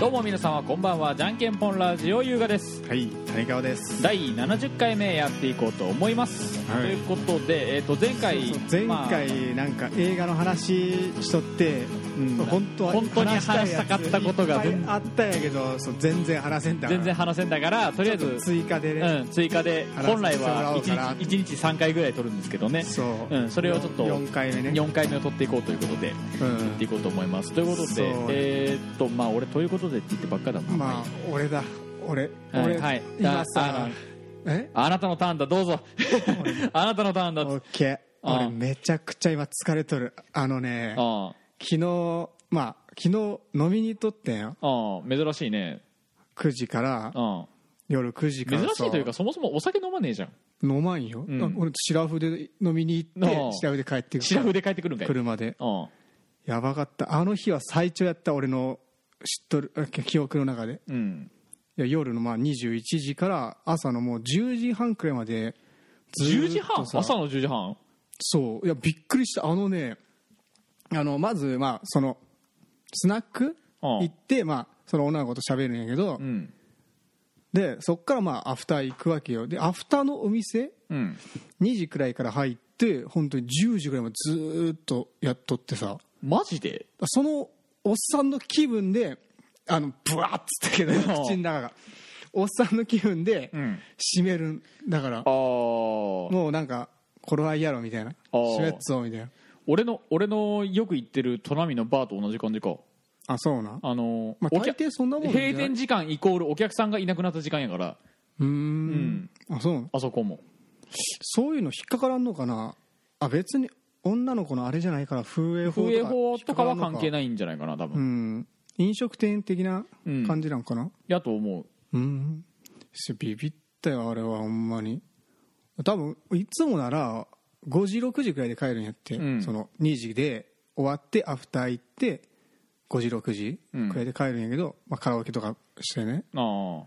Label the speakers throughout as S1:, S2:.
S1: どうも皆様こんばんはじゃんけんぽんラジオ優雅です
S2: はい谷川です
S1: 第70回目やっていこうと思います、
S2: はい
S1: ということで、えー、と前回
S2: そうそう
S1: まあ
S2: 前回なんか映画の話しとって、うん本当は
S1: 本当に話したかったことが
S2: 話したいやついっぱいあったんやけどそう全然話せんだ
S1: 全然話せんだからとりあえず、
S2: 追加でね、
S1: うん、追加で
S2: 話
S1: 本来
S2: してもら
S1: は
S2: おうかな
S1: 1日 ,1 日3回ぐらい撮るんですけどね
S2: そう、
S1: うんそれをちょっと
S2: 4回目ね
S1: 4回目を撮っていこうということで
S2: う
S1: やってい
S2: ん
S1: こうと思いますということ
S2: そう
S1: でえーっとまあ俺ということでって言ってばっかだな
S2: まあ俺だ俺、
S1: はい
S2: 俺、
S1: はい
S2: 今
S1: ああの
S2: さえ
S1: あなたのターンだどうぞ あなたのターンだ
S2: オッケー
S1: あ
S2: 俺めちゃくちゃ今疲れとるあのね
S1: あ
S2: 昨日まあ昨日飲みに行っとってんよ
S1: あ珍しいね
S2: 9時から
S1: あ
S2: 夜9時から
S1: 珍
S2: さ
S1: しいというかそもそもお酒飲まねえじゃん
S2: 飲まんよ、
S1: うん
S2: あ俺白筆で飲みに行
S1: あ
S2: っ
S1: あ
S2: て白筆で帰ってくる
S1: 白筆帰ってくるんかい
S2: 車で
S1: あ
S2: やばかったあの日は最長やった俺の知っとるあ記憶の中で
S1: うん
S2: いや夜のまあ21時から朝のもう10時半くらいまでず
S1: 10
S2: ー
S1: 時
S2: っ
S1: 半
S2: とさ
S1: 朝の10時半
S2: そういやびっくりしたあのねあのまずまあそのスナック
S1: ああ
S2: 行ってまあその女の子と喋るんやけど
S1: うん
S2: でそっからまあアフター行くわけよでアフターのお店
S1: うん
S2: 2時くらいから入って本当に10時くらいまでずーっとやっとってさ
S1: マジで
S2: そのおっさんの気分であのブワーッつったけど
S1: ん
S2: 口の中がおっさんの気分で
S1: うん
S2: 締めるんだから
S1: ああ
S2: もうなんか頃合いやろみたいな
S1: あ
S2: 締めっぞみたいな
S1: 俺の俺のよく行ってる都並のバーと同じ感じか
S2: あそうな
S1: あの、
S2: まあ
S1: お客
S2: 大抵そんなもんなんじゃない
S1: 閉店時間イコールお客さんがいなくなった時間やから
S2: うーん
S1: ん
S2: あそうな
S1: あそこも
S2: そういうの引っかからんのかなあ別に女の子のあれじゃないから風営法とか
S1: 風営法とかは関係
S2: い
S1: ないんじゃないかな多分、
S2: うん飲食店的な感じなんかな、
S1: やと思う
S2: うんビビったよあれはほんまに多分いつもなら5時6時くらいで帰るんやって、
S1: うん
S2: その2時で終わってアフター行って5時6時
S1: うん
S2: くらいで帰るんやけど、まあ、カラオケとかしてね
S1: あ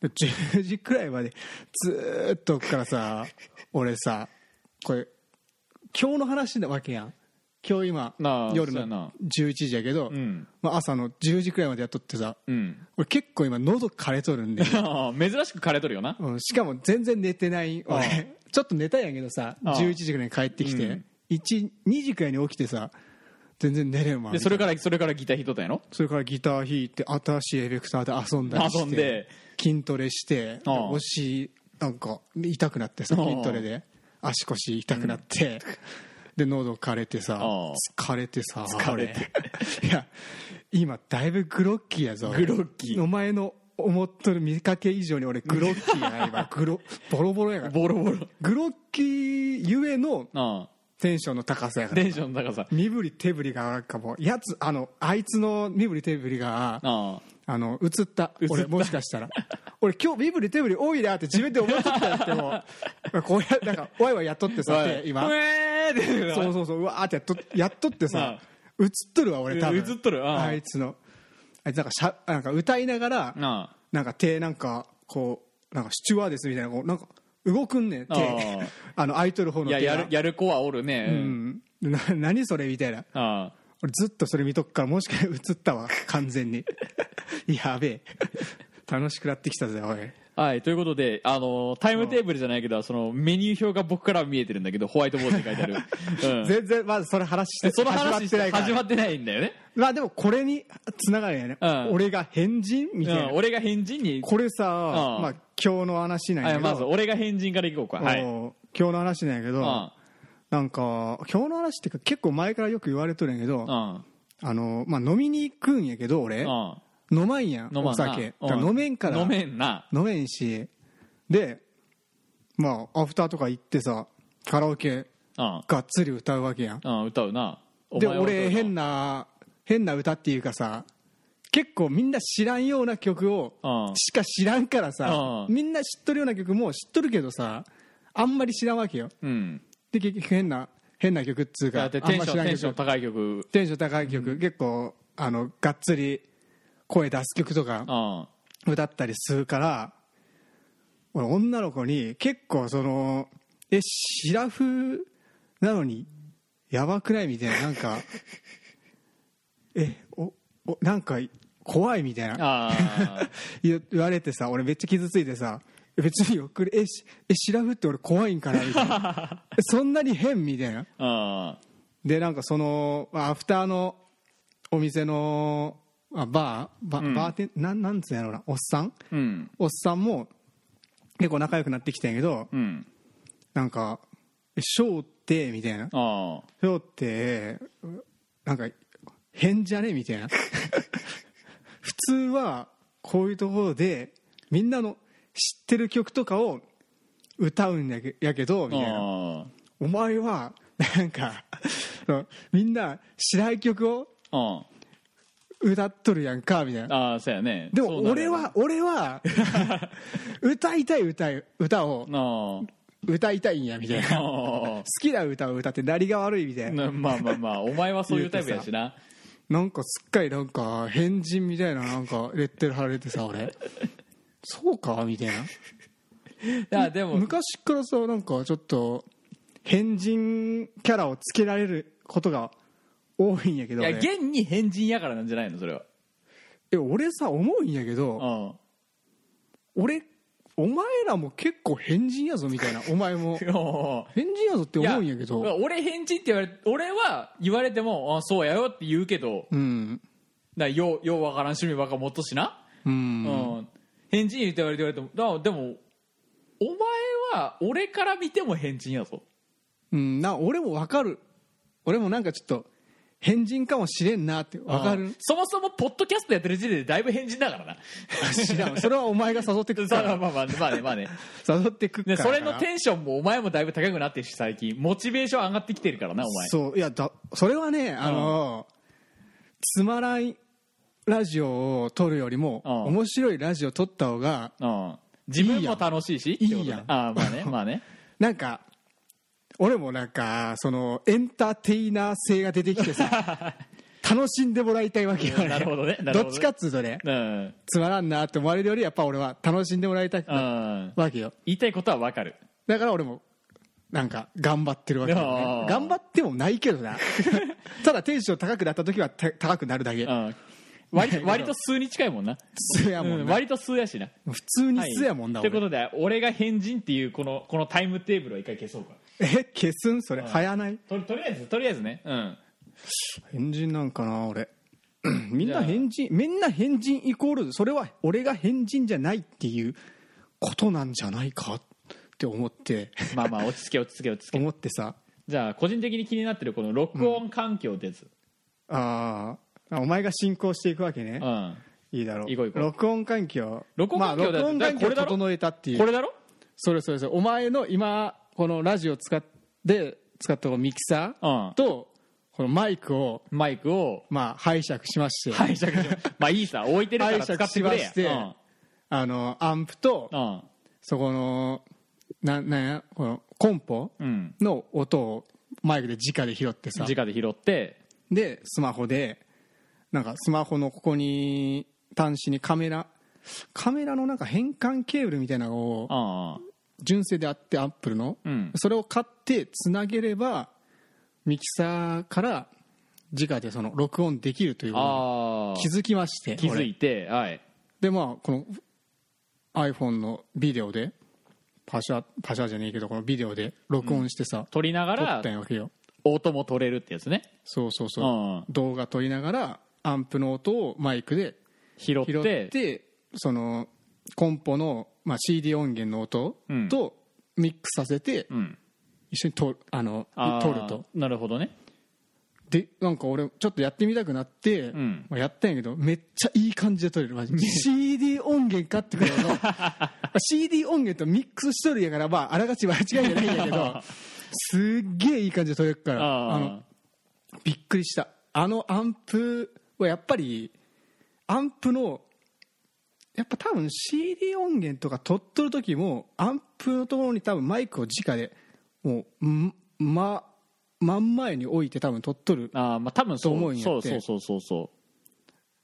S2: で10時くらいまでずーっとからさ俺さこれ今日の話なわけやん今日今
S1: なあ
S2: 夜
S1: そうやな
S2: の11時やけど、
S1: あうん
S2: まあ、朝の10時くらいまでやっとってさ
S1: うん
S2: 俺結構今喉枯れとるんで
S1: 珍しく枯れとるよな
S2: うん、しかも全然寝てない
S1: ああ
S2: 俺ちょっと寝たんやけどさ
S1: ああ
S2: 11時ぐらいに帰ってき
S1: う
S2: て
S1: ん
S2: 12時くらいに起きてさ全然寝れんわ
S1: でそれからそれからギター弾いとったんやろ
S2: それからギター弾いて新しいエフェクターで遊んだりして
S1: 遊んで
S2: 筋トレして
S1: ああ
S2: おしなんか痛くなってさ
S1: ああ
S2: 筋トレで足腰痛くなって、で喉枯れてさ
S1: ああ
S2: 疲れてさ
S1: 疲れて
S2: 俺いや今だいぶグロッキーやぞ
S1: グロッキー
S2: お前の思っとる見かけ以上に俺グロッキーや な今グロボロボロやから
S1: ボロボロ
S2: グロッキーゆえの
S1: あ
S2: テンションの高さや
S1: あ
S2: から
S1: テンションの高さ
S2: 身振り手振りがなんかもうやつあのあいつの身振り手振りが
S1: あ
S2: あの映った
S1: 映った
S2: 俺もしかしたら俺今日身振り手振り多いなって自分で思っとったんやってもうこうやなんかワイワイやっとって
S1: あ
S2: さ手今
S1: うえーって
S2: そうそうそううわーってやっとやっとってさ映っとるわ俺多分
S1: 映っとるああ
S2: あいつのあいつなんかしゃなんか歌いながら
S1: あ
S2: なんか手なんかこうなんかシチュワーデスみたいなこうなんか動くんねん手
S1: あ
S2: あの空いとる方
S1: あい
S2: の
S1: や
S2: 手が
S1: やるやる子はおるね、う、
S2: うんんな何それみたいな
S1: ああ
S2: 俺ずっとそれ見とくからもしかして 映ったわ完全に やべえ楽しくなってきたぜおい
S1: はい、ということで、あのタイムテーブルじゃないけど、そのメニュー表が僕からは見えてるんだけど、ホワイトボードに書い てある。うん
S2: 全然まだそれ話して
S1: その話
S2: 始まってないから
S1: 始まってないんだよね。
S2: まあでもこれに繋がるよね、
S1: うん
S2: 俺が変人みたいな、
S1: うん、俺が変人に、
S2: これさ、
S1: ん
S2: まあ今日の話なんや
S1: はい、
S2: けど、
S1: まず俺が変人からいこうか。はい。
S2: お
S1: うん
S2: ー今日の話なんやけど、
S1: うん
S2: なんか今日の話っていうか結構前からよく言われとるんやけど、
S1: うん
S2: あのまあ飲みに行くんやけど俺、飲まんやん
S1: 飲まんな
S2: お酒
S1: うん
S2: だから飲めんから
S1: 飲めんな。
S2: 飲めんしでまあアフターとか行ってさカラオケ
S1: うん
S2: がっつり歌うわけやん
S1: うん、歌うな。
S2: で俺変
S1: な。
S2: な変な歌っていうかさ結構みんな知らんような曲を
S1: うん
S2: しか知らんからさ
S1: うん
S2: みんな知っとるような曲も知っとるけどさあんまり知らんわけよ
S1: うん。
S2: で結局変な変な曲っつう
S1: だ
S2: か
S1: って
S2: あ
S1: テ
S2: ん
S1: ン
S2: ま
S1: シ
S2: 知
S1: ョ
S2: ら
S1: ン、
S2: ん
S1: テンション
S2: 曲
S1: 高い曲。
S2: テンション高い曲結構あのがっつり声出す曲とか
S1: うん。
S2: 歌ったりするから俺女の子に結構そのえシラフなのにやばくないみたいななんかえおおなんか怖いみたいな
S1: ああ
S2: 言言われてさ俺めっちゃ傷ついてさ別に送るえしえシラフって俺怖いんかなみたいなえそんなに変みたいな
S1: あ
S2: でなんかそのアフターのお店のあバーバーバーテン、なんなんつうんやろうなおっさん
S1: ーうん
S2: おっさんも結構仲良くなってきたんやけど
S1: うん
S2: なんか「え翔って」みたいな
S1: あ
S2: 「翔ってなんか変じゃね?」みたいな 普通はこういうところでみんなの知ってる曲とかを歌うんやけやけど
S1: ー
S2: みたいな
S1: あ
S2: お前はなんか そのみんな知らん曲を
S1: ーあー
S2: 歌っとるやんかみたいな
S1: ああそうやね
S2: で
S1: そ
S2: も
S1: うなる
S2: 俺
S1: よね
S2: は俺は 歌いたい歌い歌を
S1: あ
S2: 歌いたいんやみたい
S1: あ
S2: な 好
S1: あ
S2: きな歌を歌って何が悪いみた
S1: あ
S2: いな
S1: な まあまあまあお前はそういうタイプやしな
S2: なんかすっかりなんか変人みたいななんかレッテル貼られてさ俺そうかみたいない
S1: やでも
S2: 昔からさなんかちょっと変人キャラをつけられることが多いんやけど
S1: いや
S2: 俺
S1: 現に変人やからなんじゃないのそれは
S2: え俺さ思うんやけど
S1: うん
S2: 俺お前らも結構変人やぞみたいなお前 も
S1: おー
S2: 変人やぞって
S1: い
S2: 思うんやけど
S1: 俺変人って言われ俺は言われてもあそうやよって言うけど
S2: うん
S1: なようようわからん趣味ばっか持っとしな、
S2: う
S1: うん
S2: ん
S1: 変人って言われて言われてもだでもお前は俺から見ても変人やぞ
S2: うんな俺もわかる俺もなんかちょっと変人かもしれんなってわか
S1: う
S2: る
S1: んそもそもポッドキャストやってる時点でだいぶ変人だからな
S2: 知らんそれはお前が誘ってく
S1: そう
S2: っか
S1: まあ
S2: ら
S1: まあまあまあねまあね
S2: 誘ってくっか
S1: ね
S2: ら
S1: それのテンションもお前もだいぶ高くなってるし最近モチベーション上がってきてるからなお前
S2: そういやだそれはねあのつまらんラジオを撮るよりも
S1: うん
S2: 面白いラジオ撮った方が
S1: うん自分も楽しいし
S2: いい
S1: ってことね
S2: やん
S1: ああまあ ねまあね
S2: なんか俺もなんかそのエンターテイナー性が出てきてさ 楽しんでもらいたいわけよ、ね、
S1: なるほどねなるほどね
S2: どっちかっつうとね
S1: うん
S2: つまらんなって思われるよりやっぱ俺は楽しんでもらいたいうわ
S1: ん
S2: けよ
S1: 言いたいことはわかる
S2: だから俺もなんか頑張ってるわけよ、
S1: あ
S2: ね
S1: ー、
S2: 頑張ってもないけど なただテンション高くなった時はた高くなるだけ
S1: うん割と割と数に近いもんな
S2: 素やも
S1: うんん
S2: な
S1: 割と数やしな
S2: 普通に素やもんな、
S1: という
S2: 俺
S1: ことで俺が変人っていうこのこのタイムテーブルを一回消そうか
S2: え消すんそれ早ない
S1: ととりあえずとりあえずねうん
S2: 変人なんかな俺みんな変人みんな変人イコールそれは俺が変人じゃないっていうことなんじゃないかって思って
S1: まあまあ落ち着け落ち着け落ち着け
S2: 思ってさ
S1: じゃあ個人的に気になってるこの録音環境ってやつ
S2: あーお前が進行していくわけね
S1: うん
S2: いいだろう
S1: 行こう行こう
S2: 録音環境
S1: 録音環境だ
S2: まあ、録音
S1: だ
S2: 環
S1: からこれ
S2: 境
S1: だろ
S2: 整えたっていう
S1: これだろ
S2: それそれそれお前の今このラジオ使って使ったこのミキサ
S1: うん
S2: ーとこのマイクを
S1: マイクを
S2: まあ拝借しまして、
S1: 拝借しまあいいさ置いてるから使ってくれや
S2: 拝借しまあのアンプと
S1: うんうん
S2: そこのななんやこのコンポ
S1: うん
S2: の音をマイクで直で拾ってさ
S1: 直で拾って
S2: でスマホでなんかスマホのここに端子にカメラカメラのなんか変換ケーブルみたいなのを
S1: あ
S2: 純正であってアップルの、
S1: うん
S2: それを買ってつなげればミキサーから直でその録音できるというこ
S1: あ
S2: とに気づきまして
S1: 気づ
S2: 俺
S1: いてはい
S2: でまあこの iPhone のビデオでパシャパシャじゃねえけどこのビデオで録音してさ、
S1: 撮りなが
S2: 撮っ
S1: ら
S2: たんやわけよ
S1: 音も撮れるってやつね
S2: そうそうそう、
S1: うん
S2: 動画撮りながらアンプの音をマイクで
S1: 拾っ
S2: 拾っててそのコンポの、まあ、CD 音源の音
S1: うん
S2: とミックスさせて
S1: うん
S2: 一緒に撮るあの
S1: あー
S2: 撮ると
S1: なるほどね
S2: でなんか俺ちょっとやってみたくなって、
S1: ん
S2: まあやったんやけどめっちゃいい感じで撮れるマジで CD 音源かってく らいのまあ CD 音源とミックスしとるやからまああらがち間違いじゃないんやけ どすっげえいい感じで撮れるからあの
S1: あ
S2: びっくりしたあのアンプはやっぱりアンプのやっぱ多分 CD 音源とか撮っとる時もアンプのところに多分マイクを直でもうんま真ん前に置いて多分撮っとる
S1: ーあーまあ多分そう
S2: と思うんや
S1: そ
S2: っ
S1: う
S2: て
S1: そうそうそうそ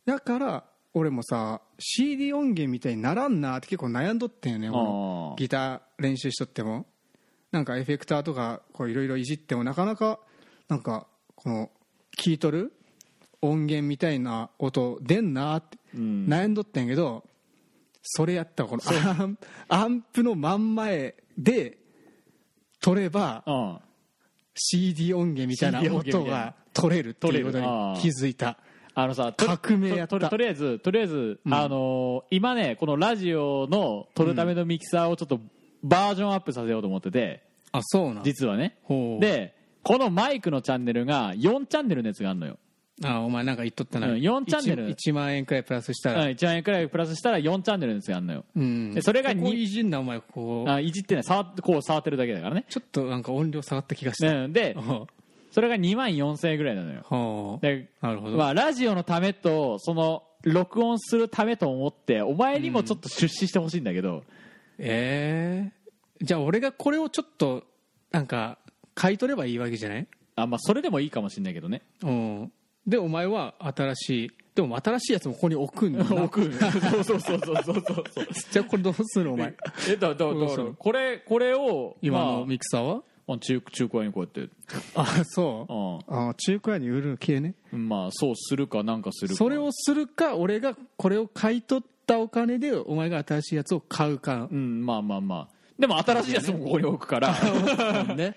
S2: だから俺もさ CD 音源みたいにならんなって結構悩んどってんよね俺
S1: あー
S2: もギター練習しとってもなんかエフェクターとかこういろいろいじってもなかなかなんかこの聞いとる音源みたいな音出んなって
S1: ううん
S2: 悩んどったんやけどそれやったわこのアンアンプの真ん前で取れば
S1: あ
S2: CD 音源みたいな
S1: CD 音源
S2: 音
S1: みたいな
S2: が取れるっていうことに
S1: 取れるあー
S2: 気づいた
S1: あのさと
S2: 革命やっ
S1: と
S2: た
S1: ととりあえずとりあえず、
S2: うん
S1: あのー今ねこのラジオの撮るためのミキサーをちょっとバージョンアップさせようと思ってて
S2: あそうなん
S1: 実はね
S2: ほう
S1: でこのマイクのチャンネルが4チャンネルのやつがあるのよ
S2: あお前なんか言っとったな、
S1: うん四チャンネル
S2: 1, 万円くらいプラスしたら、
S1: 1万円くらいプラスしたら4チャンネルのやつがあるのよ
S2: うん
S1: でそれが
S2: ここ
S1: に
S2: いじんなお前ここ
S1: あいじってない触っこう触ってるだけだからね
S2: ちょっとなんか音量下がった気がした、
S1: うんで
S2: ほ
S1: それが2万4000円ぐらいなのよ
S2: うほう
S1: で
S2: なるほど、
S1: まあ、ラジオのためとその録音するためと思ってお前にもちょっと出資してほしいんだけど、
S2: ええじゃあ俺がこれをちょっとなんか買い取ればいいわけじゃない
S1: あまあ、それでもいいかもしれないけどね
S2: うんでお前は新しいでも新しいやつもここに置くんだ な
S1: そうそうそうそうそうそう そう
S2: じゃあこれどうするのお前
S1: えだだだ
S2: どう
S1: か
S2: す
S1: ら
S2: る
S1: これこれを
S2: 今
S1: ま
S2: の
S1: あ
S2: ミキサーは、
S1: まあ、中中古屋にこうやって、
S2: あそう
S1: う
S2: あ中古屋に売る系ね
S1: ん、まあそうするかなんかするか
S2: それをするか俺がこれを買い取ったお金でお前が新しいやつを買うか
S1: うんまあまあまあでも新しいやつもここに置くから
S2: ね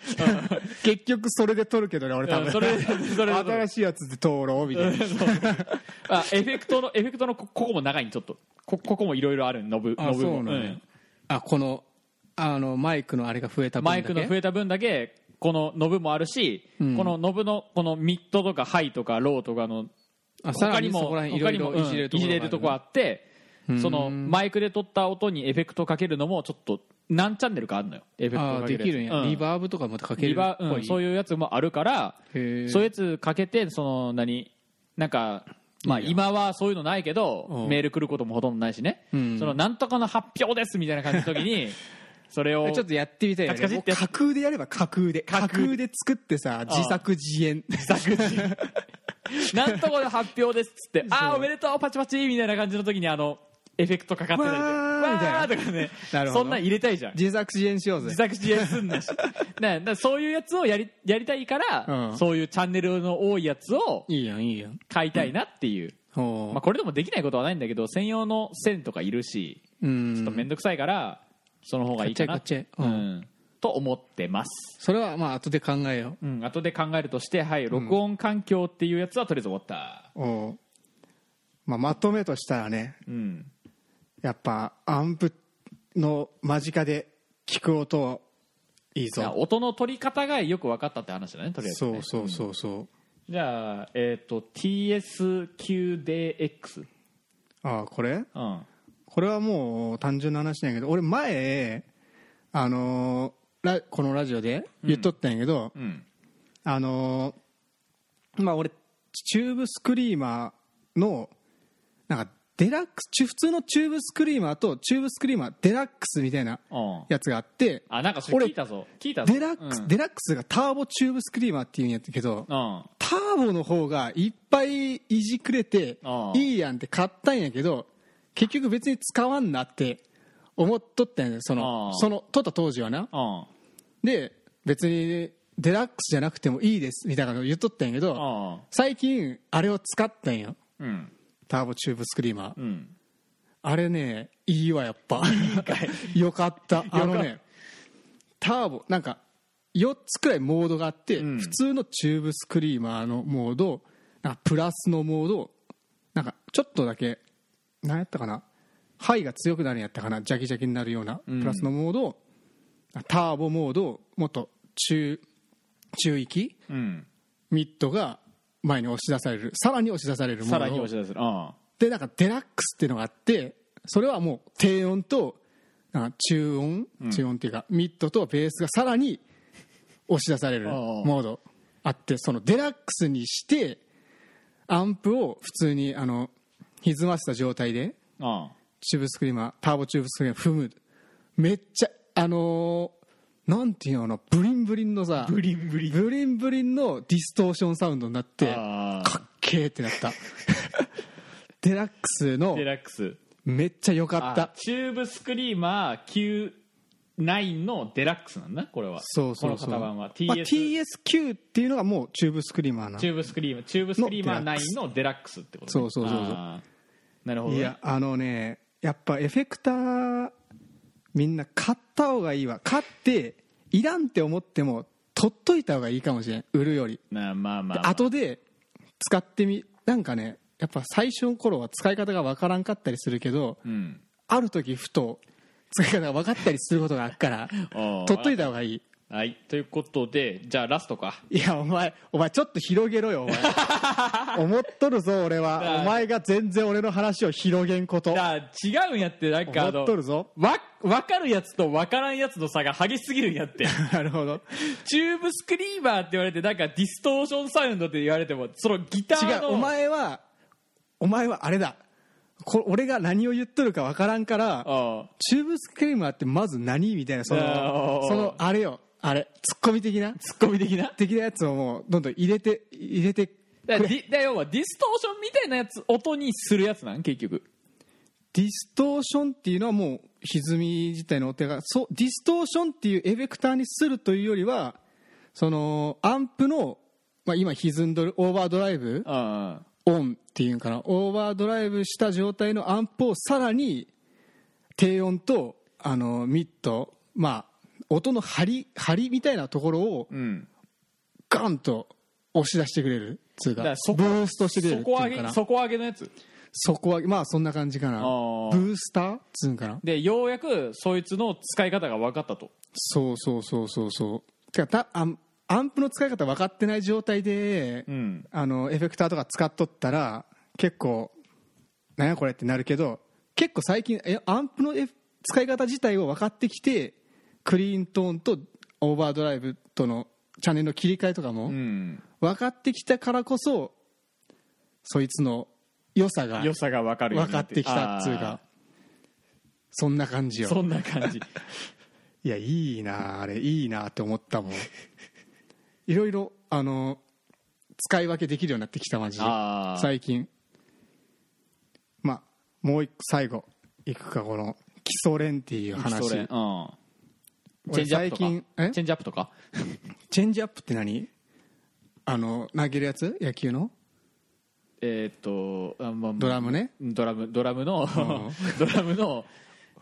S2: 結局それで取るけどね俺 多
S1: う
S2: 分
S1: ん それそれ
S2: 新しいやつで通ろうみた いな
S1: あエフェクトのエフェクトのこここも長いにちょっとこここもいろいろあるのぶのぶもうん
S2: あこのあのマイクのあれが増えた分だ
S1: マイ
S2: け
S1: クの増えた分だけこのノブもあるし、
S2: うん
S1: このノブのこのミッドとかハイとかローとかの
S2: あさら
S1: 他に
S2: に
S1: も
S2: そこら辺いろ
S1: 他
S2: い
S1: にも
S2: ろ
S1: うん
S2: いじれるところがある
S1: とこあってそのマイクで撮った音にエフェクトかけるのもちょっと何チャンネルかあるのよエフェク
S2: あ
S1: ト
S2: ー
S1: かけ
S2: できるん
S1: やつ
S2: や、
S1: うん
S2: リバーブとかまたかける
S1: リバー、うん
S2: ぽい
S1: そういうやつもあるから
S2: へー
S1: そういうやつかけてその何なんかまあ今はそういうのないけ
S2: う
S1: ど
S2: ん
S1: メール来ることもほとんどないしね、
S2: うん
S1: そのなんとかの発表ですみたいな感じの時 にそれを
S2: ちょっとやってみたいよね
S1: カチカチってやつ
S2: もう架空でやれば架空で
S1: 架空
S2: で作って
S1: あ
S2: さ
S1: あ
S2: 自演
S1: なんとかの発表ですっつ って、あーおめでとう、パチパチみたいな感じの時にあの、エフェクトかかってたりで、
S2: わー
S1: わーとかね
S2: なるほど
S1: そんなん入れたいじゃん。
S2: 自作自演しよう
S1: 自
S2: ぜ
S1: 作自演すん なし。ね、だからそういうやつをやり、やりたいから、
S2: うん
S1: そういうチャンネルの多いやつを
S2: いいやんいいやん
S1: 買いたいなっていう。
S2: ほう
S1: まあこれでもできないことはないんだけど、専用の線とかいるし、
S2: うん
S1: ちょっとめんどくさいから、その方がいいかな。
S2: 買っちゃえ
S1: う
S2: 買っちゃえうん
S1: ん。と思ってます。
S2: それはまあ後で考えよ
S1: うん。後で考えるとして、はい、録音環境っていうやつはとりあえず終わった。
S2: うまあ、まとめとしたらね
S1: うん。
S2: やっぱアンプの間近で聞く音いい
S1: じゃあ音の取り方がよく分かったって話だねとりあえずね、
S2: そうそうそう、
S1: じゃあえっ、と TSQDX
S2: ああこれ
S1: うん
S2: これはもう単純な話なんやけど俺前あのーラこのラジオで言っとったんやけど、
S1: うん
S2: あのーまあ俺チューブスクリーマーのなんかデラックスちゅ普通のチューブスクリーマーとチューブスクリーマーデラックスみたいな
S1: うん
S2: やつがあって
S1: あなんかそれ聞いたぞ聞いたぞ
S2: デラックス、
S1: うん
S2: デラックスがターボチューブスクリーマーっていうんやったけど、
S1: うん
S2: ターボの方がいっぱいいじくれて
S1: ああ
S2: いいやんって買ったんやけど結局別に使わんなって思っとったんやねそ
S1: あ
S2: の
S1: あ
S2: その取った当時はな
S1: うん
S2: で別にデラックスじゃなくてもいいですみたいなこと言っとったんやけど
S1: うん
S2: 最近あれを使ったんよ
S1: うん
S2: ターボチューブスクリーマー
S1: うん
S2: あれねいいわやっぱ よかったあのねターボなんか4つくらいモードがあって、
S1: うん
S2: 普通のチューブスクリーマーのモードなんかプラスのモードなんかちょっとだけ何やったかな肺が強くなるんやったかなジャキジャキになるような
S1: うん
S2: プラスのモード、ターボモードもっと中中域
S1: うん
S2: ミッドが前に押し出されるさらに押し出されるモード
S1: さらに押し出するうん
S2: でなんかデラックスっていうのがあってそれはもう低音となんか中音中音っていうか、ミッドとベースがさらに押し出される
S1: ああ
S2: モードあってそのデラックスにしてアンプを普通にあの歪ませた状態で
S1: うん
S2: チューブスクリーマーターボチューブスクリーマー踏むめっちゃあのーなんていうのかなブリンブリンのさブリンブリンブリンのディストーションサウンドになって
S1: あー
S2: かっけーってなった デラックスの
S1: デラックス
S2: めっちゃ良かっ
S1: あ
S2: た
S1: チューブスクリーマー Q9 のデラックスなんだこれは
S2: そうそうそう
S1: この型番は TS、
S2: まあ TSQ っていうのがもうチューブスクリーマーな
S1: チューブスクリームチューブスクリーマー
S2: のデラック
S1: 9
S2: ス
S1: のデラックスってこと、ね、
S2: そうそうそうそう
S1: あなるほど
S2: い
S1: ね
S2: やあのねやっぱエフェクターみんな買った方がいいわ買っていらんって思っても取っといた方がいいかもしれん売るより
S1: なまあまあ、まあ、
S2: 後で使ってみなんかねやっぱ最初の頃は使い方がわからんかったりするけど
S1: うん
S2: ある時ふと使い方が分かったりすることがあるから
S1: おー
S2: 取っといた方がいい
S1: はいということでじゃあラストか
S2: いやお前お前ちょっと広げろよお前 思っとるぞ俺
S1: だ
S2: はお前が全然俺の話を広げんこと
S1: じゃあ違うんやってなんかあ
S2: 思
S1: の
S2: っとるぞ
S1: わ分かるやつと分からんやつの差が激しすぎるんやって
S2: なるほど
S1: チューブスクリーマーって言われてなんかディストーションサウンドって言われてもそのギタ
S2: 違
S1: ーの
S2: うお前はお前はあれだこ俺が何を言っとるか分からんから
S1: あ
S2: チューブスクリーマーってまず何みたいなそ
S1: あ
S2: の
S1: ー
S2: そのあれよあれツッコミ的な
S1: ツッコミ的な
S2: 的なやつをもうどんどん入れて入れて
S1: だからディだから要はディストーションみたいなやつ音にするやつなん結局
S2: ディストーションっていうのはもう歪み自体のお手がそうディストーションっていうエフェクターにするというよりはそのアンプの、まあ、今歪んどるオーバードライブ
S1: あ
S2: オンっていうんかなオーバードライブした状態のアンプをさらに低音とあのミッドまあ音の張り張りみたいなところを
S1: うん
S2: ガンと押し出してくれるつうか
S1: だからそこ
S2: ブーストしてくれるって
S1: 底上
S2: いうのか
S1: げ
S2: な
S1: 底上げのやつ
S2: 底上げまあそんな感じかな
S1: あ
S2: ブ
S1: ー
S2: ースターっつうんかな
S1: でようやくそいつの使い方が分かったと
S2: そうそうそうそうそうてかたアンアンプの使い方分かってない状態で、
S1: ん
S2: あのエフェクターとか使っとったら結構なんやこれってなるけど結構最近えアンプのエフ使い方自体を分かってきてクリーントーンとオーバードライブとのチャンネルの切り替えとか
S1: う
S2: も
S1: ん
S2: 分かってきたからこそそいつの良さが
S1: 良さが分かるよう
S2: 分
S1: に
S2: か
S1: な
S2: ってきたっつう
S1: あ
S2: かそんな感じ
S1: ー
S2: よ
S1: そんな感 じ
S2: いやいいなああれいいなあって思ったもん いろいろあの使い分けできるようになってきたマジで
S1: あー
S2: 最近まあもう一個最後いくかこの基礎練っていう話
S1: それうんチェ
S2: 俺
S1: ンジアップと
S2: 最近え
S1: かチェンジアップとか
S2: チェンジアップって何あの投げるやつ野球の
S1: えーっとあまあまあ
S2: ドラムね
S1: ドラムドラムの ドラムの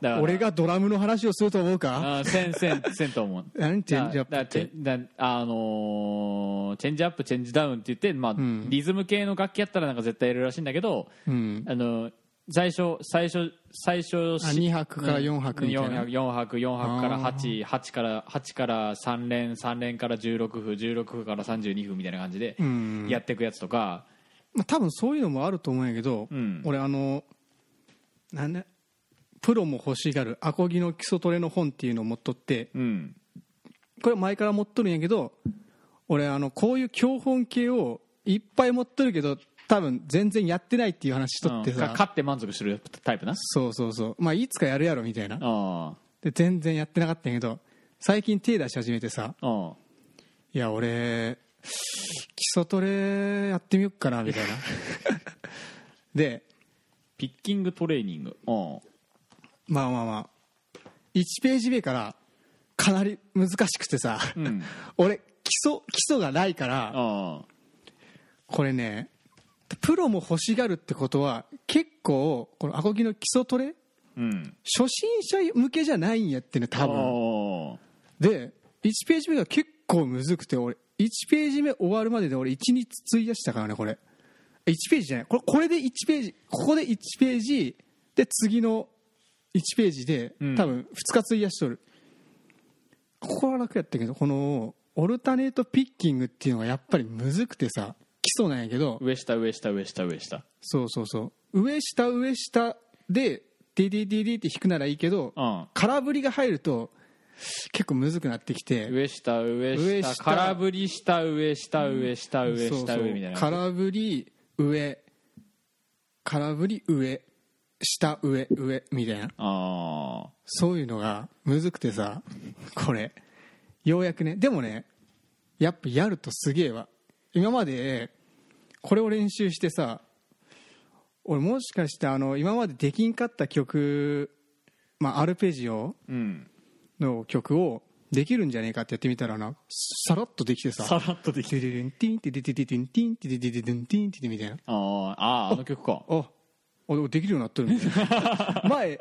S1: だから
S2: 俺がドラムの話をすると思うか
S1: あーせんせんせんと思う
S2: 何チェンジアップ
S1: だ
S2: っ
S1: だ
S2: て
S1: チェンだあのーチェンジアップチェンジダウンって言って、まあ
S2: ん
S1: リズム系の楽器やったらなんか絶対やるらしいんだけど、
S2: うん
S1: あの最初最初最初
S2: あ
S1: し
S2: 2拍から4拍みたいな
S1: うん4拍4拍4拍から
S2: あ
S1: 8八から八から3連3連から16分16分から32分みたいな感じで
S2: うん
S1: やっていくやつとか、
S2: まあ、多分そういうのもあると思うんやけど、
S1: うん
S2: 俺あのなんだプロも欲しがるアコギの基礎トレの本っていうのを持っとって
S1: うん、
S2: これ前から持っとるんやけど俺あのこういう教本系をいっぱい持っとるけど多分全然やってないっていう話しとって
S1: うんか
S2: さ、
S1: 勝って満足するタイプな
S2: そうそうそうまあいつかやるやろみたいな
S1: あ
S2: で全然やってなかったんやけど最近手出し始めてさ
S1: ああ
S2: いや俺基礎トレやってみよっかな みたいなで
S1: ピッキングトレーニングうん
S2: まあまあまあ1ページ目からかなり難しくてさ、
S1: ん
S2: 俺基礎基礎がないから
S1: ああ
S2: これねプロも欲しがるってことは結構このアコギの基礎トレ
S1: うん
S2: 初心者向けじゃないんやってね多分
S1: 分
S2: で1ページ目が結構むずくて俺1ページ目終わるまでで俺1日費やしたからねこれ1ページじゃないこれこれで1ページここで1ページで次の1ページで
S1: うん
S2: 多分2日費やしとる、ここは楽やったけどこのオルタネートピッキングっていうのはやっぱりむずくてさ基礎なんやけど
S1: 上下上下上下上下
S2: そうそうそう上下上下で DDDD って弾くならいいけど
S1: うん
S2: 空振りが入ると結構むずくなってきて
S1: 上下上下
S2: 上下
S1: 空振り下上下上下上
S2: そう
S1: 下
S2: そう
S1: 上みたいな感じ
S2: 空振り上空振り上下上上みたいな
S1: ああ
S2: そういうのがむずくてさこれようやくねでもねやっぱやるとすげえわ今までこれを練習してさ俺もしかしてあの今までできんかった曲、まあ、アルペジオ
S1: うん
S2: の曲をできるんじゃねえかってやってみたらなさらっとできてさ
S1: さらっとでき
S2: ティリリンティンティリティリティンティンティリティリティンティンティリみたいな
S1: あーあーあの曲か
S2: お俺できるようになってるみたいな前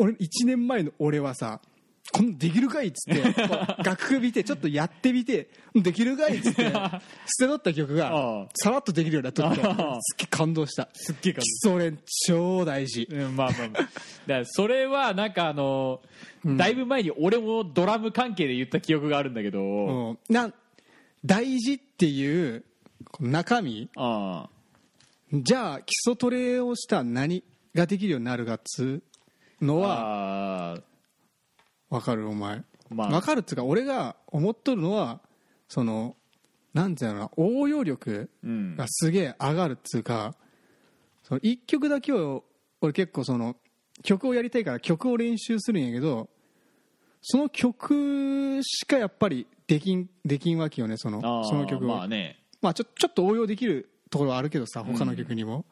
S2: 俺1年前の俺はさこんなできるかいっつってこう楽譜見てちょっとやってみてうんできるかいっつって捨てとった曲
S1: ああ
S2: がさらっとできるようになっとってすっ
S1: ああ
S2: げえ感動した
S1: すっげえ感動
S2: 基礎練超大事
S1: うんまあまあ まあだからそれはなんかあの、だいぶ前に俺もドラム関係で言った記憶があるんだけど、
S2: うんな大事っていうこの中身
S1: ああ
S2: じゃあ基礎トレをしたら何ができるようになるかっつうのは
S1: ああ
S2: わかるお前、
S1: まあ
S2: わかるっつうか俺が思っとるのはそのなんていうのかな応用力
S1: うん
S2: がすげえ上がるっつうか、その一曲だけを俺結構その曲をやりたいから曲を練習するんやけどその曲しかやっぱりできんできんわけよねその
S1: ああ
S2: その曲を、
S1: まあね
S2: まあちょちょっと応用できるところはあるけどさ他の曲にも、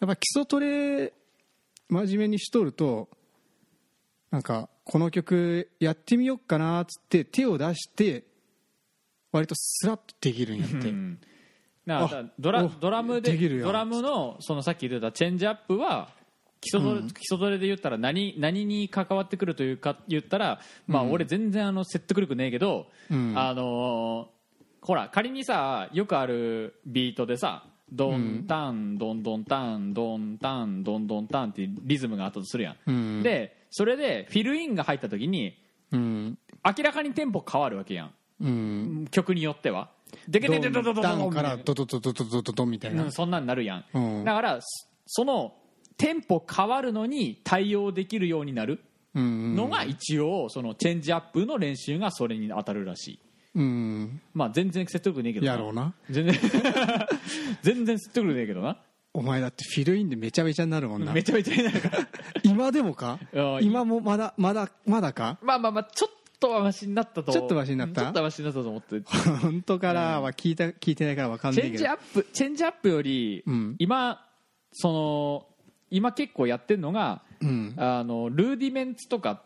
S2: やっぱ基礎トレ真面目にしとるとなんかこの曲やってみよっかなっつって手を出して割とスラッとできるんやって、
S1: うんな
S2: あ
S1: だからドラ
S2: お
S1: ドラムで
S2: できるやん
S1: ドラムのそのさっき言ってたチェンジアップは基礎トレ,、基礎トレで言ったら何何に関わってくるというか言ったら、まあ、俺全然あの説得力ねえけど、
S2: うん
S1: あのーほら仮にさよくあるビートでさドンタンドンドンタンドンタンドンドンタンってリズムがあったとするやん、
S2: うん
S1: でそれでフィルインが入った時に
S2: うん
S1: 明らかにテンポ変わるわけやん
S2: うん
S1: 曲によってはでけ
S2: ド
S1: で
S2: ン
S1: けでどどど
S2: ダン
S1: ど
S2: からドドドドドドドドンみたいな、
S1: うん、そんなんなるやん、
S2: うん
S1: だからそそのテンポ変わるのに対応できるようになる
S2: うん
S1: のが一応そのチェンジアップの練習がそれに当たるらしい
S2: うん
S1: まあ全然説得力ねえけどな
S2: やろうな
S1: 全然 全然説得力ねえけどな
S2: お前だってフィルインでめちゃめちゃになるもんな
S1: めちゃめちゃになるから
S2: 今でもか
S1: ああ
S2: 今もまだまだまだか
S1: まあまあまあちょっとはマシになったと
S2: ちょっとマシになった
S1: ちょっとマシになったと思って
S2: 本当からは聞いた聞いてないからわかん
S1: チ
S2: ない
S1: ェン
S2: け
S1: ジ
S2: ど
S1: アップチェンジアップより、
S2: うん
S1: 今その今結構やってるのが、
S2: うん
S1: あのルーディメンツとか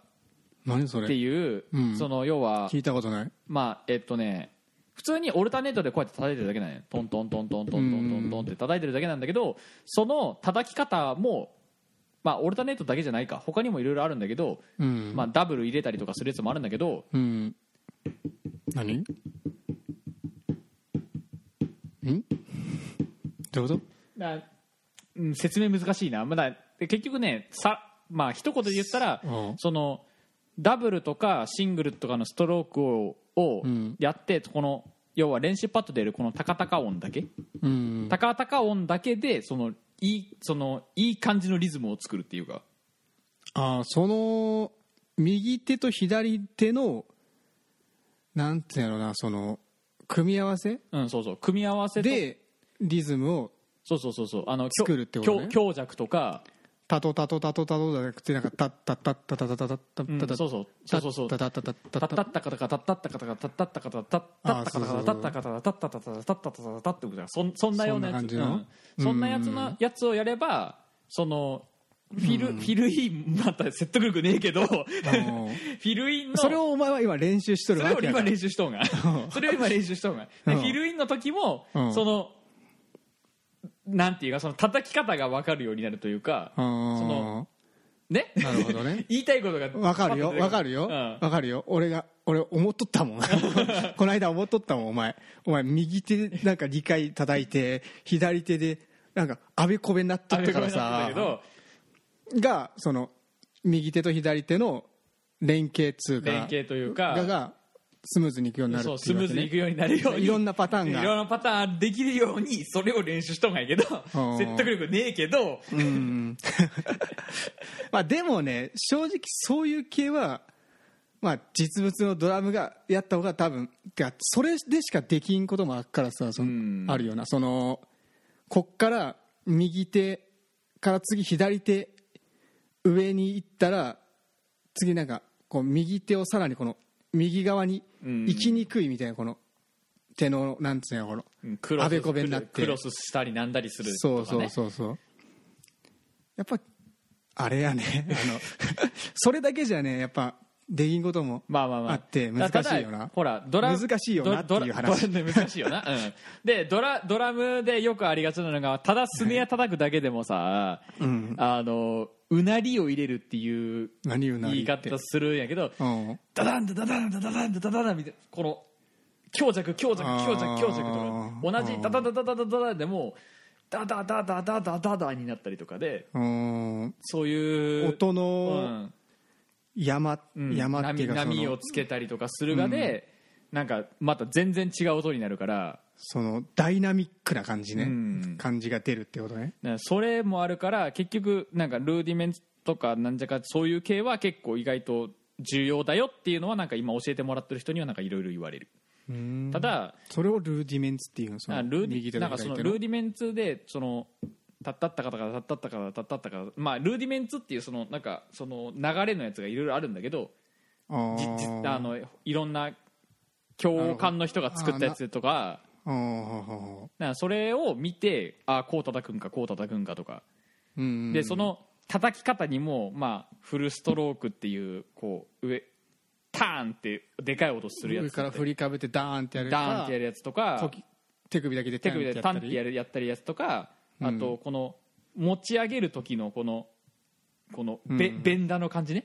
S2: 何そ
S1: って
S2: れ
S1: いう、
S2: うん
S1: その要は
S2: 聞いたことない
S1: まあえっとね普通にオルタネートでこうやって叩いてるだけなんよトントントントントントントントンって叩いてるだけなんだけどその叩き方もまあオルタネートだけじゃないか他にもいろいろあるんだけど、
S2: うん
S1: まあ、ダブル入れたりとかするやつもあるんだけど
S2: うん何んどういうこと
S1: なうん説明難しいな、まだ、で結局ねさまあ一言で言ったら
S2: うん
S1: そのダブルとかシングルとかのストロークをを
S2: うん
S1: やって、この要は練習パッドでやるこの高々音だけ
S2: うん
S1: 高々音だけでそのいいそのいい感じのリズムを作るっていうか
S2: あーその右手と左手のなんていうのなその組み合わせ
S1: うんそうそう組み合わせと
S2: でリズムを
S1: そうそうそうそうあの
S2: 作るってことね
S1: 強強弱とか、
S2: タトタトタトタトじゃなくてなんかタッタッタッタタタタタタ
S1: うん
S2: タタ
S1: そうそうそうそうそう
S2: タタタタタ
S1: た
S2: タ
S1: ったったかたかたったったかたかたったったかたたったったかたかたったったかたたったったたたったったたたってことだそんそんなようなや
S2: そんな感
S1: つ
S2: じの
S1: うんそんなやつのやつをやればそのフィルフィルインまた説得力ねえけど フ
S2: の
S1: ィルインの
S2: それをお前は今練習しとる
S1: そ
S2: わ
S1: れを
S2: けやか
S1: 今
S2: ら
S1: 練習しとんがそれを今練習しとんがで
S2: うん
S1: フィルインの時も
S2: うん
S1: そのなんていうかその叩き方が分かるようになるというか
S2: そ
S1: のね
S2: なるほどね
S1: 言いたいことが
S2: わかるよ
S1: パッと出て
S2: わかるよ
S1: う
S2: わ
S1: ん、
S2: かるよ俺が俺思っとったも んこの間思っとったもんお前お前右手でなんか2回叩いて左手でなんかあべこべになっと
S1: あ
S2: っ
S1: れ
S2: た
S1: だ
S2: か
S1: かららさ
S2: さがその右手と左手の連携通過
S1: 連携というか
S2: ががスムーズにいくようになる
S1: そう
S2: って
S1: ス
S2: いう
S1: ム
S2: わ
S1: ーズ
S2: けね
S1: にいくようになるように
S2: いろんなパターンが
S1: いろんなパターンできるようにそれを練習しとんがいけど
S2: うん
S1: 説得力ねえけど
S2: うん まあでもね正直そういう系は、まあ、実物のドラムがやった方が多分てかそれでしかできんこともあるからさその
S1: うん
S2: あるよなそのこっから右手から次左手上に行ったら次なんかこう右手をさらにこの右側に
S1: うん
S2: 行きにくいみたいなこの手のなんつうのこの
S1: うんクロ
S2: あべ
S1: ス
S2: こべになって
S1: クロスしたりなんだりすると
S2: そう
S1: か
S2: そ
S1: ね
S2: うそうそう やっぱあれやねあのそれだけじゃねやっぱできんことも
S1: まあまあまあ
S2: あって難しいよな
S1: ただほらドラ
S2: 難しいよなっていう話
S1: ドラドラ難しいよな、うん、でドラドラムでよくありがちなのがただスネア叩くだけでもさ、
S2: うん
S1: あのうなりを入れるっていう
S2: 何言うな
S1: 言い
S2: 言って
S1: 方するんやけど
S2: うん
S1: ダダンダダダンダダダンダダダダンみたいなこの強弱強弱強
S2: あ
S1: 弱
S2: ー
S1: 強弱とか同
S2: う
S1: じ
S2: ん
S1: ダダダダダダダダでもダダダダダダダダになったりとかで
S2: うん
S1: そういう
S2: 音
S1: う
S2: の
S1: ん
S2: 山、
S1: うん
S2: 山っていうかそ
S1: 波波を
S2: の
S1: つけたりとかするがで、なんかまた全然違う音になるから
S2: そのダイナミックな感じね、
S1: うん
S2: 感じが出るってことね
S1: ねそれもあるから結局なんかルーディメンツとかなんじゃかそういう系は結構意外と重要だよっていうのはなんか今教えてもらってる人にはなんかいろいろ言われる、
S2: うん
S1: ただ
S2: それをルーディメンツっていうのそ
S1: な
S2: の
S1: んかルーデ
S2: 右手
S1: ィな
S2: と
S1: んかそ
S2: 左
S1: の
S2: 手
S1: ル
S2: の
S1: ーディメンツでそのたったったかたかたったったかたったったかまあルーディメンツっていうそのなんかその流れのやつがいろいろあるんだけど
S2: あー
S1: じじあのいろんな教官の人が作ったやつとか
S2: あー
S1: なんかそれを見てああこう叩くんかこう叩くんかとか
S2: うん
S1: でその叩き方にも、まあ、フルストロークっていうこう上ターンってでかい音するや
S2: 上
S1: つと
S2: から振りかぶってダーンってやるやつか
S1: ダーンってやるやつとか
S2: こき手首だけで
S1: 手首でタンってや
S2: る
S1: るやったりやつとかあとこの持ち上げる時のこのこのベ,、
S2: うん
S1: ベンダの感じね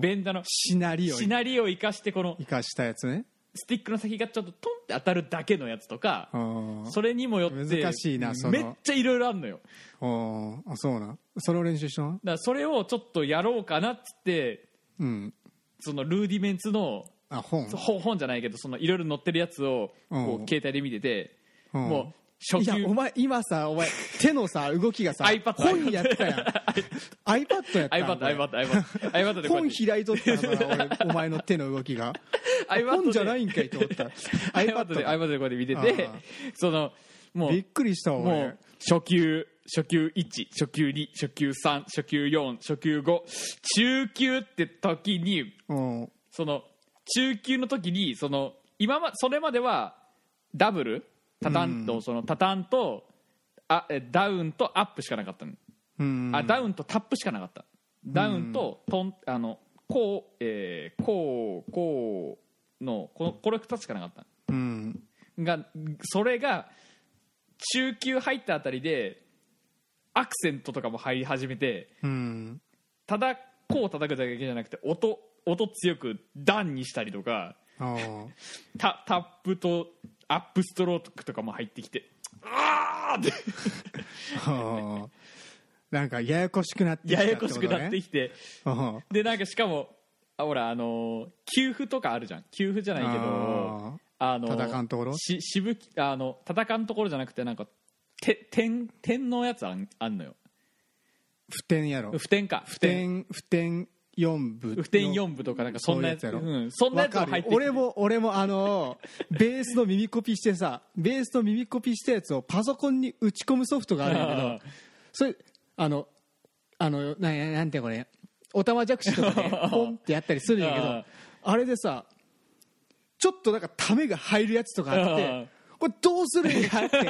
S1: ベンダの
S2: シナリオ
S1: シナリを生かしてこの
S2: 生かしたやつね
S1: スティックの先がちょっとトンって当たるだけのやつとか
S2: あー
S1: それにもよって
S2: 難しいなその
S1: めっちゃいろいろあるのよ
S2: あーあそうなんそれを練習したの
S1: だからそれをちょっとやろうかなっつって
S2: うん
S1: そのルーディメンツの
S2: あ本
S1: そう本本じゃないけどそのいろいろ載ってるやつをこ
S2: う
S1: うん携帯で見てて
S2: うん
S1: もう初
S2: いやお
S1: 級
S2: 前今さお前手のさ動きがさ
S1: iPad
S2: 本やっ たやん iPad やったやん
S1: iPadiPadiPad
S2: これ
S1: iPad でこうや
S2: 本
S1: って
S2: 開いとったらさ俺お前の手の動きが
S1: iPad で
S2: 本じゃないんかいと思った
S1: iPad で
S2: iPad
S1: iPad でこうやって見てて
S2: ああ
S1: そのも
S2: びっ
S1: う
S2: くりしたわ
S1: も
S2: 俺
S1: う初級初級1初級2初級3初級4初級5中級って時に
S2: うん
S1: その中級の時にその今まそれまではダブルタタンとそのタタンとあえダウンとアップしかなかったの
S2: うん
S1: あダウンとタップしかなかったダウンとトンあのこう、えーこうこうのこのこれ2つしかなかった
S2: うん
S1: がそれが中級入ったあたりでアクセントとかも入り始めて
S2: うん
S1: ただこう叩くだけじゃなくて音音強くダンにしたりとか
S2: あー
S1: タタップとアップストロークとかも入ってきてああって
S2: あーなんかややこしくなってき
S1: や
S2: たって
S1: や
S2: こ
S1: ことし
S2: ね
S1: くなってきて。
S2: うん
S1: でなんかしかもあほらあのー給付とかあるじゃん給付じゃないけど
S2: あ
S1: あのー
S2: 戦うところ
S1: ししぶきあの戦うところじゃなくてなんかて点点のやつあんあんのよ
S2: ー普天やろ
S1: 不点か不
S2: 普天普天四部
S1: 不点4部とかなんかそんなやつ
S2: そういうやつやろ
S1: うん、そんなや
S2: わ
S1: つが
S2: か
S1: 入って
S2: る
S1: きて
S2: 俺も俺もあのベースの耳コピーしてさベースの耳コピーしたやつをパソコンに打ち込むソフトがあるんだけどそれあのあのなななんてこれおたまじゃくしとかねポンってやったりするんやけ
S1: うん
S2: どあれでさちょっとなんかためが入るやつとかあっ
S1: うん
S2: てこれどうするんや って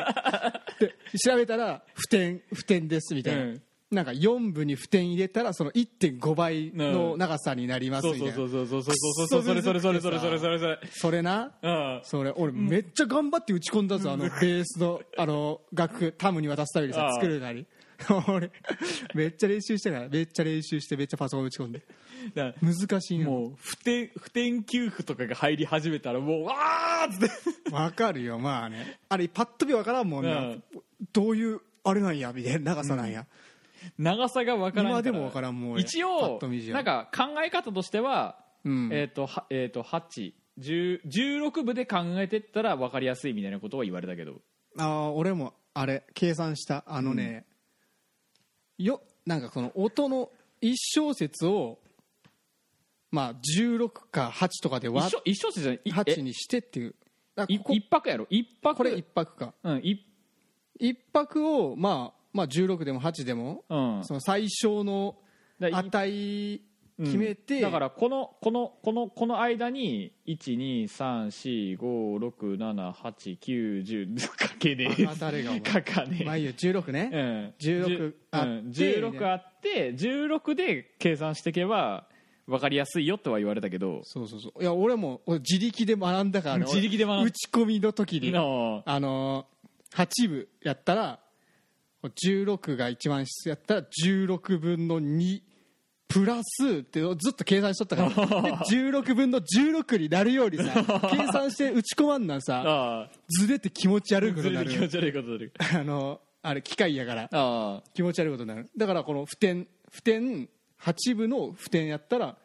S2: で調べたら不点不点ですみたいな、
S1: うん
S2: なんか4部に不点入れたらその1.5倍の長さになります
S1: そう
S2: みた
S1: そ
S2: いうな
S1: そうそうそうそうそうそれそれそれそれそれそれそれ
S2: それな
S1: うん
S2: それ俺めっちゃ頑張って打ち込んだぞあのベースのあの楽譜タムに渡すために
S1: あ
S2: さ
S1: あ
S2: 作るなり俺めっちゃ練習してからめっちゃ練習してめっちゃパソコン打ち込んで
S1: だから
S2: 難しいの
S1: もう不点不点給付とかが入り始めたらもうわーっつって
S2: わかるよまあねあれパッと見わからんもんな、
S1: うん
S2: どういうあれなんやみたいな長さなんや、
S1: 長さが分からんから
S2: 今でも分からんもう
S1: 一
S2: パ
S1: 応
S2: ッと見じゃ
S1: なんか考え方としては、
S2: うん
S1: えっ、とはえっ、と八十十六部で考えてったら分かりやすいみたいなことは言われたけど
S2: ああ俺もあれ計算したあのね、よなんかこの音の1小節をまあ16か8とかで割っ
S1: 一緒一小節じゃないい
S2: 8
S1: え
S2: にしてっていうだか
S1: い
S2: らこ
S1: 一泊やろ一泊
S2: これ1泊か
S1: うん一
S2: 1泊を、まあ、まあ16でも8でも、
S1: うん
S2: その最小の
S1: だからい
S2: 値
S1: うん
S2: 決めて、
S1: だからこのこのこのこの間に一二三四五六七八九十 かけねえ
S2: バカタレがお前
S1: かかねえ
S2: まあいいよ16ね、
S1: うん
S2: 16あって
S1: うん16あって16で計算していけば分かりやすいよとは言われたけど
S2: そうそうそういや俺も俺自力で学んだからね
S1: 自力で学んだ
S2: 打ち込みの時に
S1: の
S2: あのー、8部やったら16が一番質やったら16分の2プラスってずっと計算しとったか らで16分の16になるようにさ計算して打ち込まんなん さ
S1: ああ
S2: ずれて気持ち悪く
S1: ず
S2: な
S1: れて気持
S2: る
S1: ち悪いことする
S2: あのあれ機械やから
S1: あ
S2: 気持ち悪いことになるだからこの普天普天8部の普天やったら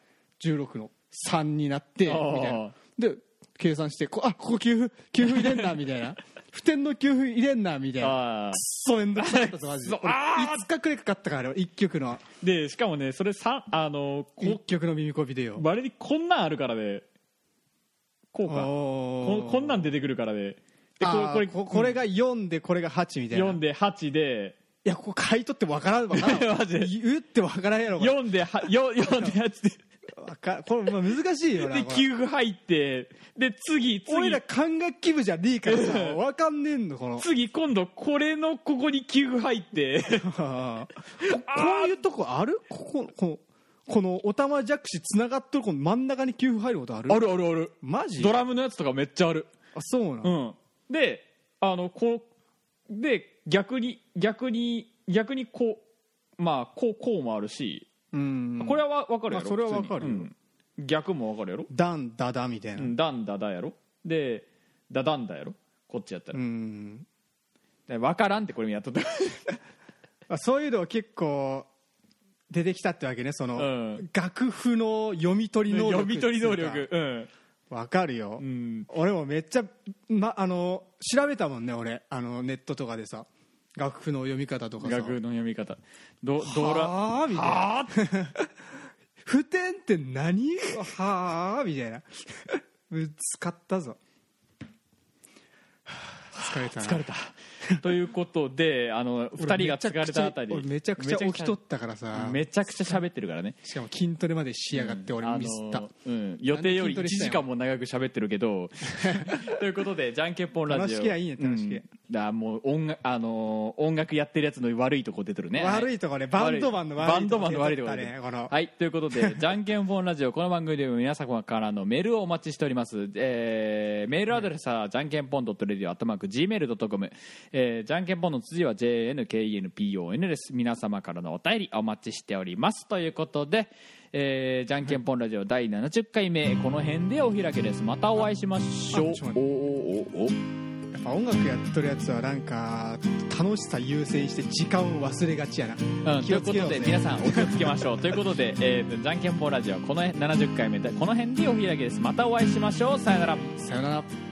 S2: 16の3になってみ
S1: あー
S2: たいなで計算してこあここ給付給付入れんなみたいな 普天の給付入れんなみたい
S1: あ
S2: な
S1: ああ
S2: そうめんどくさかったぞマジで
S1: くそあー
S2: 5日くらいかかったからあれは1曲の
S1: でしかもねそれさあの
S2: 1
S1: こ
S2: 曲の耳コピでよ
S1: まれにこんなんあるからでこうかこ
S2: こ
S1: こんなん出てくるからでで
S2: これここれ
S1: が
S2: が4でこれが8みたいな
S1: 4で8で
S2: いやここ買い取ってわからんわからんわ
S1: マジで
S2: 言うってわからんやろこれ
S1: 4ではよ4で8で
S2: わかこれまあ難しいよな
S1: で
S2: これ
S1: 給付入ってで次次
S2: 俺ら管楽器部じゃねえから さ分かんねえんの この
S1: 次今度これのここに給付入って
S2: こういうとこあるこここのこのおたまじゃくしつながっとるこの真ん中に給付入ることある
S1: るあるある
S2: マジ
S1: ドラムのやつとかめっちゃある
S2: あそうなの、
S1: うんであのこうで逆に逆に逆にこうまあこうこうもあるし、
S2: うん
S1: これは分かるやろ、
S2: まあそれは分か
S1: 普
S2: る
S1: 通にうん逆も分かるやろ
S2: ダンダダみたいな
S1: うんダンダダやろでダダンダやろこっちやった
S2: う
S1: ら、
S2: ん
S1: で分からんってこれもやっとった
S2: あそういうのは結構出てきたってわけねその、
S1: うん
S2: 楽譜の読み取り能力
S1: 読み取り能力うん
S2: わかるよ、
S1: うん
S2: 俺もめっちゃ、ま、あの調べたもんね俺あのネットとかでさ楽譜の読み方とかさ
S1: 楽の読み方ドドラ
S2: はあみたいな
S1: あー
S2: 普天って何はあみたいなぶつかったぞ疲れたな
S1: 疲れ たということであの2人が疲れたあたり
S2: 俺めちゃくちゃ起きとったから
S1: う
S2: さ
S1: んめちゃくちゃ喋ってるからね
S2: しかも筋トレまでしやがって俺ミスった、
S1: あのうん、予定より
S2: な
S1: 1
S2: んで筋トレしたんや
S1: 時間も長く喋ってるけど ということでじゃんけんぽんラジオ
S2: 楽しきゃいいね楽しきゃ
S1: うんだもう音楽あのー音楽やってるやつの悪いとこ出てるね
S2: 悪いとこねバンドマンの悪いと
S1: バ
S2: こ
S1: ンドマンの悪いとこ
S2: 出てったねこの
S1: はいということ でじゃんけんぽんラジオこの番組でも皆様からのメールをお待ちしております、えーメールアドレスは、じゃんけんぽん .radio.gmail.com、えー、じゃんけんぽんの辻は JNKNPON です皆様からのお便りお待ちしておりますということで、えーじゃんけんぽんラジオ第70回目この辺でお開きですまたお会いしましょう
S2: あちょっと待っ
S1: お
S2: て
S1: おおお
S2: やっぱ音楽やっとるやつはなんか楽しさ優先して時間を忘れがちやな
S1: うん、と
S2: 気
S1: いう
S2: を
S1: こ
S2: つけよ
S1: と
S2: う
S1: で
S2: ぜ
S1: 皆さんお気をつけましょうということで、えー、じゃんけんぽんラジオこの辺70回目でこの辺でお開きですまたお会いしましょうさよなら
S2: さよなら